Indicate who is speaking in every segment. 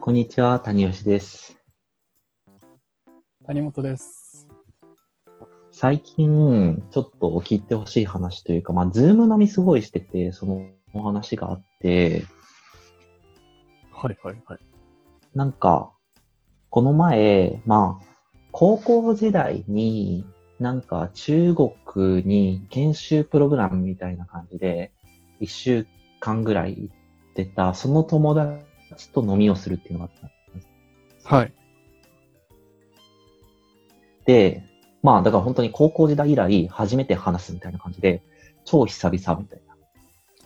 Speaker 1: こんにちは、谷吉です。
Speaker 2: 谷本です。
Speaker 1: 最近、ちょっと聞いてほしい話というか、まあ、ズーム並みすごいしてて、そのお話があって、
Speaker 2: はいはいはい。
Speaker 1: なんか、この前、まあ、高校時代に、なんか中国に研修プログラムみたいな感じで、一週間ぐらい行ってた、その友達と飲みをするっていうのがあった。
Speaker 2: はい。
Speaker 1: で、まあ、だから本当に高校時代以来、初めて話すみたいな感じで、超久々みたい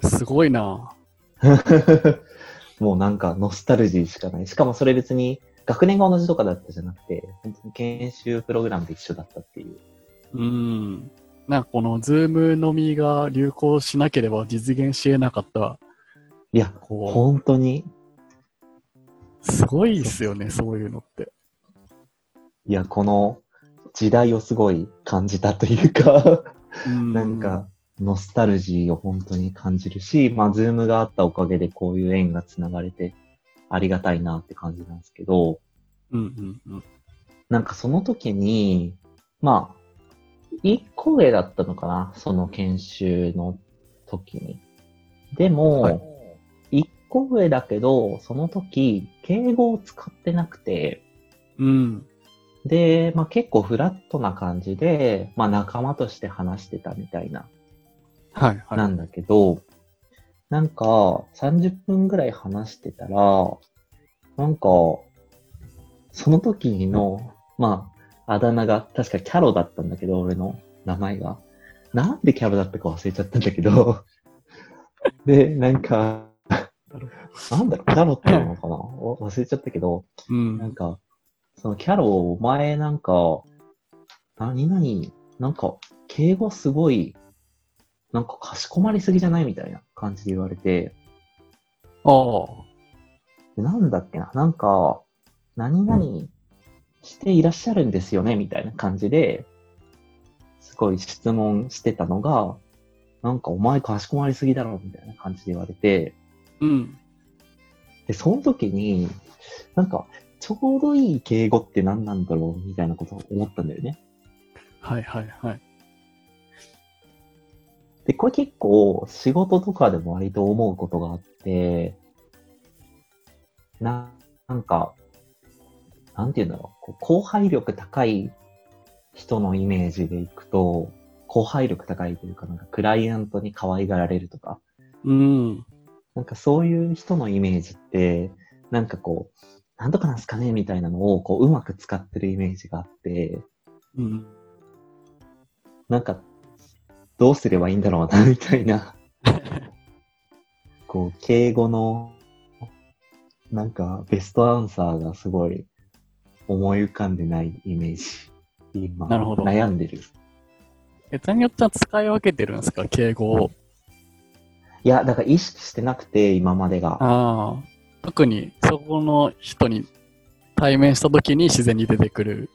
Speaker 1: な。
Speaker 2: すごいな
Speaker 1: もうなんかノスタルジーしかない。しかもそれ別に学年が同じとかだったじゃなくて、本当に研修プログラムで一緒だったっていう。
Speaker 2: うん。なんかこのズームのみが流行しなければ実現し得なかった、
Speaker 1: いや、
Speaker 2: こ
Speaker 1: 本当に、
Speaker 2: う、すごいっすよね、そういうのって。
Speaker 1: いや、この時代をすごい感じたというか、
Speaker 2: う
Speaker 1: なん、か、ノスタルジーを本当に感じるし、まあ、ズームがあったおかげでこういう縁がつながれてありがたいなって感じなんですけど、
Speaker 2: うんうんうん。
Speaker 1: なんかその時に、まあ、一個上だったのかなその研修の時に。で
Speaker 2: は
Speaker 1: も、一、個上だけど、その時、敬語を使ってなくて、
Speaker 2: うん。
Speaker 1: で、まあ結構フラットな感じで、まあ仲間として話してたみたいな
Speaker 2: はい
Speaker 1: な
Speaker 2: はい。
Speaker 1: んだけど、なんか、30分ぐらい話してたら、なんか、その時の、まあ、あだ名が、確かキャロだったんだけど、俺の名前が。なんでキャロだったか忘れちゃったんだけど。で、なんか、なんだろう、キャロっていうのかなお忘れちゃったけど、
Speaker 2: う
Speaker 1: なん
Speaker 2: ん。
Speaker 1: か、そのキャロ、お前なんか、何々、なんか、敬語すごい、なんかかしこまりすぎじゃないみたいな感じで言われて、
Speaker 2: ああ。
Speaker 1: でなんだっけな、なんか、何々していらっしゃるんですよねみたいな感じで、すごい質問してたのが、なんかお前かしこまりすぎだろみたいな感じで言われて、
Speaker 2: うん。
Speaker 1: で、その時に、なんか、ちょうどいい敬語って何なんだろうみたいなことを思ったんだよね。
Speaker 2: はいはいはい。
Speaker 1: で、これ結構仕事とかでも割と思うことがあって、な、なんか、なんて言うんだろう、こう後輩力高い人のイメージでいくと、後輩力高いというか、なんかクライアントに可愛がられるとか、
Speaker 2: うん。
Speaker 1: なんかそういう人のイメージって、なんかこう、なんとかなんすかねみたいなのをこううまく使ってるイメージがあって、
Speaker 2: うん。
Speaker 1: なんか、どうすればいいんだろうな、みたい な。こう、敬語の、なんか、ベストアンサーがすごい、思い浮かんでないイメージ。今、
Speaker 2: なるほど
Speaker 1: 悩んでる。
Speaker 2: え、谷本ちゃん使い分けてるんですか、敬語を。
Speaker 1: いや、だから意識してなくて、今までが。
Speaker 2: ああ。特に、そこの人に対面したときに自然に出てくる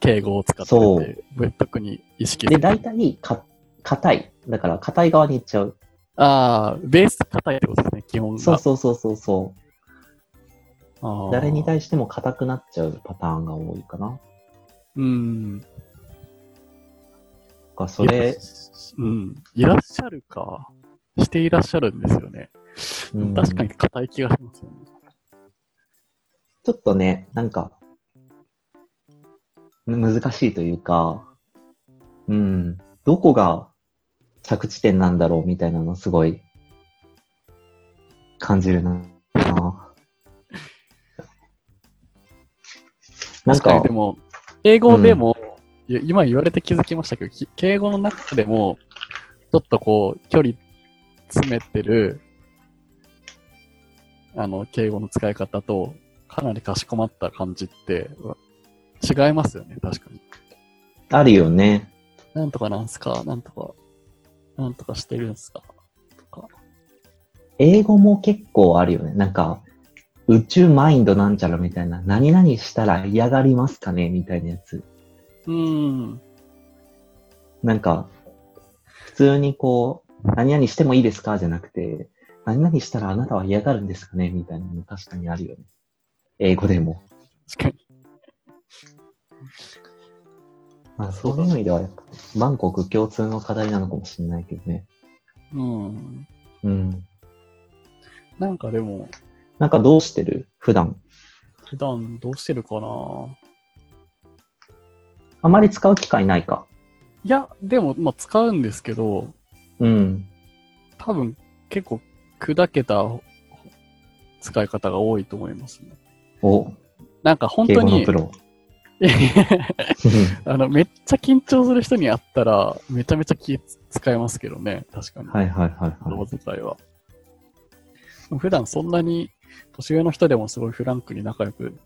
Speaker 2: 敬語を使ってるっていう。特に意識
Speaker 1: で、大体、か、硬い。だから、硬い側に行っちゃう。
Speaker 2: ああ、ベース硬いってことですね、基本が。
Speaker 1: そうそうそうそうそ
Speaker 2: あー
Speaker 1: う。誰に対しても硬くなっちゃうパターンが多いかな。
Speaker 2: うん。
Speaker 1: だからそ
Speaker 2: いらっ
Speaker 1: れ、
Speaker 2: しうん。いらっしゃるか。していらっしゃるんですよね。
Speaker 1: うん
Speaker 2: 確かに硬い気がしますよね。
Speaker 1: ちょっとね、なんか、む難しいというか、うん、どこが着地点なんだろうみたいなのすごい感じるな。なん
Speaker 2: 確か
Speaker 1: か
Speaker 2: にで、も、英語でも、いや今言われて気づきましたけど、き敬語の中でも、ちょっとこう、距離詰めてる、あの、敬語の使い方と、かなりかしこまった感じって、わ違いますよね、確かに。
Speaker 1: あるよね。
Speaker 2: なんとかなんすか、なんとか、なんとかしてるんすか、とか。
Speaker 1: 英語も結構あるよね。なんか、宇宙マインドなんちゃらみたいな、何々したら嫌がりますかねみたいなやつ。
Speaker 2: うーん。
Speaker 1: なんか、普通にこう、何々してもいいですかじゃなくて、何々したらあなたは嫌がるんですかねみたいなのも確かにあるよね。英語でも。
Speaker 2: 確かに。
Speaker 1: まあ、そういう意味ではやっぱ、バンコク共通の課題なのかもしれないけどね。
Speaker 2: うん。
Speaker 1: うん。
Speaker 2: なんかでも、
Speaker 1: なんかどうしてる普段。
Speaker 2: 普段どうしてるかな
Speaker 1: あまり使う機会ないか。
Speaker 2: いや、でも、まあ、使うんですけど、
Speaker 1: うん。
Speaker 2: 多分結構砕けた使い方が多いと思いますね。
Speaker 1: お、
Speaker 2: なんか本
Speaker 1: 敬
Speaker 2: 当
Speaker 1: 語の
Speaker 2: に
Speaker 1: プ、ロ。
Speaker 2: あの、めっちゃ緊張する人に会ったら、めちゃめちゃ気使いますけどね、確かに。
Speaker 1: はいはいはい
Speaker 2: 言
Speaker 1: は
Speaker 2: 葉
Speaker 1: い。
Speaker 2: 遣いは。普段そんなに、年上の人でもすごいフランクに仲良く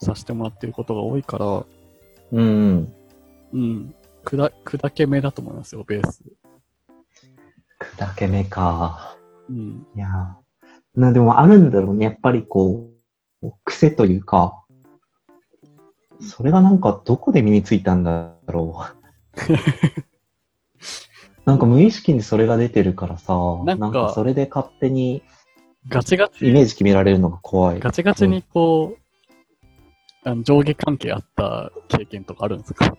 Speaker 2: させてもらってることが多いから、
Speaker 1: うんうん。
Speaker 2: うん、砕砕け目だと思いますよ、ベース。
Speaker 1: 砕け目か。
Speaker 2: うん、
Speaker 1: いやーな、でもあるんだろうね。やっぱりこう、癖というか、それがなんかどこで身についたんだろう。 なんか無意識にそれが出てるからさ、
Speaker 2: な
Speaker 1: なんん
Speaker 2: か
Speaker 1: かそれで勝手に
Speaker 2: ガチガチ
Speaker 1: イメージ決められるのが怖い。
Speaker 2: ガチガチにこう、あの上下関係あった経験とかあるんですか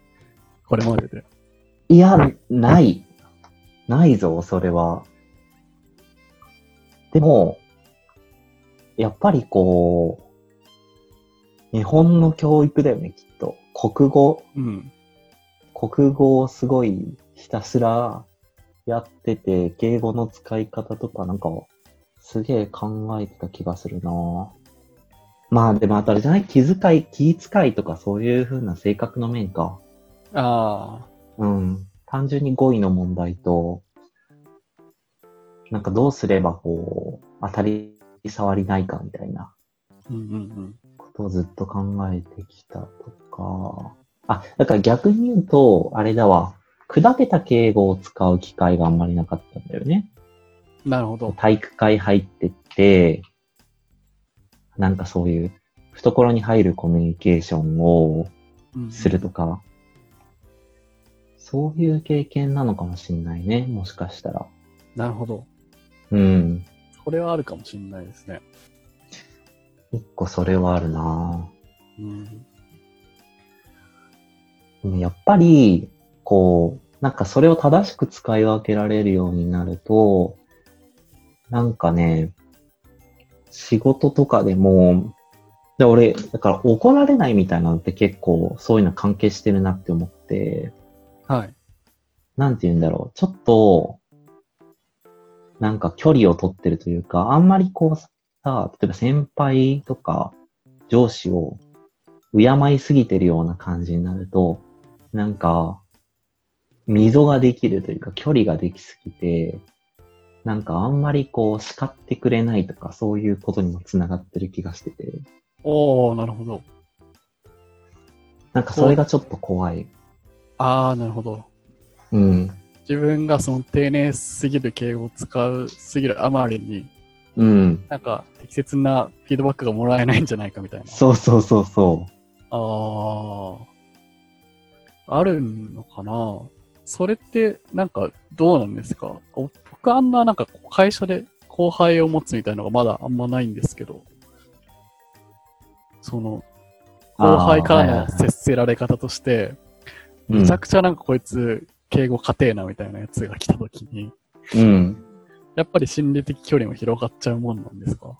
Speaker 2: これまでで。
Speaker 1: いや、ない。ないぞ、それは。でも、やっぱりこう、日本の教育だよね、きっと。国語、
Speaker 2: うん。
Speaker 1: 国語をすごいひたすらやってて、敬語の使い方とかなんか、すげえ考えてた気がするなぁまあでもあとあれじゃない気遣い、気遣いとかそういう風な性格の面か。
Speaker 2: ああ、
Speaker 1: うん。単純に語彙の問題と、なんかどうすればこう、当たり障りないかみたいな
Speaker 2: うんうん
Speaker 1: ことをずっと考えてきたとか。あ、だから逆に言うと、あれだわ。砕けた敬語を使う機会があんまりなかったんだよね。
Speaker 2: うん。なるほど。
Speaker 1: 体育会入ってって、なんかそういう、懐に入るコミュニケーションを
Speaker 2: うん
Speaker 1: するとか、そういう経験なのかもしんないね、もしかしたら。
Speaker 2: なるほど。
Speaker 1: うん。
Speaker 2: これはあるかもしれないですね。
Speaker 1: 一個それはあるな
Speaker 2: うん。
Speaker 1: ぁやっぱり、こう、なんかそれを正しく使い分けられるようになると、なんかね、仕事とかでも、で俺、だから怒られないみたいなのって結構そういうの関係してるなって思って、
Speaker 2: はい。
Speaker 1: なんて言うんだろう、ちょっと、なんか距離を取ってるというか、あんまりこうさ、例えば先輩とか上司を敬いすぎてるような感じになると、なんか、溝ができるというか、距離ができすぎて、なんかあんまりこう叱ってくれないとか、そういうことにもつながってる気がしてて、
Speaker 2: おおなるほど。
Speaker 1: なんかそれがちょっと怖い。
Speaker 2: ああ、なるほど。
Speaker 1: うん。
Speaker 2: 自分がその丁寧すぎる敬語を使うすぎるあまりに、
Speaker 1: うん。
Speaker 2: なんか適切なフィードバックがもらえないんじゃないかみたいな。
Speaker 1: そうそうそうそう。
Speaker 2: ああ。あるのかなそれって、なんか、どうなんですかお僕あんな、なんか、会社で後輩を持つみたいなのがまだあんまないんですけど、その、後輩からの接せられ方として、
Speaker 1: うん
Speaker 2: めちゃくちゃなんかこいつ、敬語家庭なみたいなやつが来た時に、
Speaker 1: うん。
Speaker 2: やっぱり心理的距離も広がっちゃうもんなんですか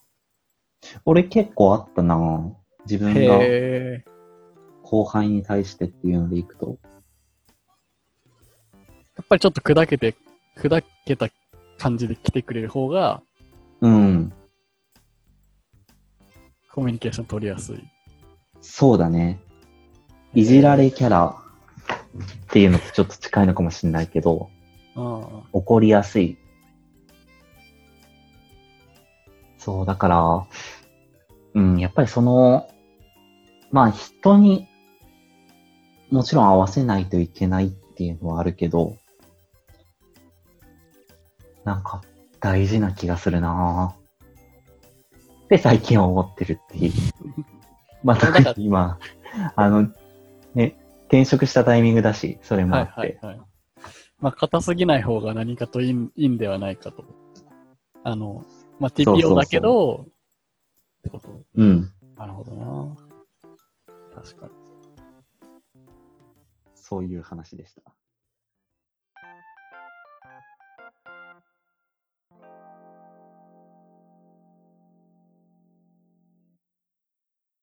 Speaker 1: 俺結構あったなぁ自分が
Speaker 2: へえ。
Speaker 1: 後輩に対してっていうのでいくと。
Speaker 2: やっぱりちょっと砕けて、砕けた感じで来てくれる方が、
Speaker 1: うん。
Speaker 2: コミュニケーション取りやすい。
Speaker 1: そうだね。いじられキャラっていうのとちょっと近いのかもしれないけど、
Speaker 2: あ
Speaker 1: 怒りやすい。そう、だから、うん、やっぱりその、まあ人にもちろん合わせないといけないっていうのはあるけど、なんか大事な気がするなぁ。で、最近は思ってるっていう。 まあ特に今、あの、ね、転職したタイミングだし、それ
Speaker 2: あ
Speaker 1: もあ
Speaker 2: は
Speaker 1: っ
Speaker 2: い
Speaker 1: て。
Speaker 2: はいはい。まあ、硬すぎない方が何かといいいいんではないかと。あの、まあ、
Speaker 1: そうそう
Speaker 2: TPO だけど、ってこと
Speaker 1: うん。
Speaker 2: なるほどな。確かに。
Speaker 1: そういう話でした。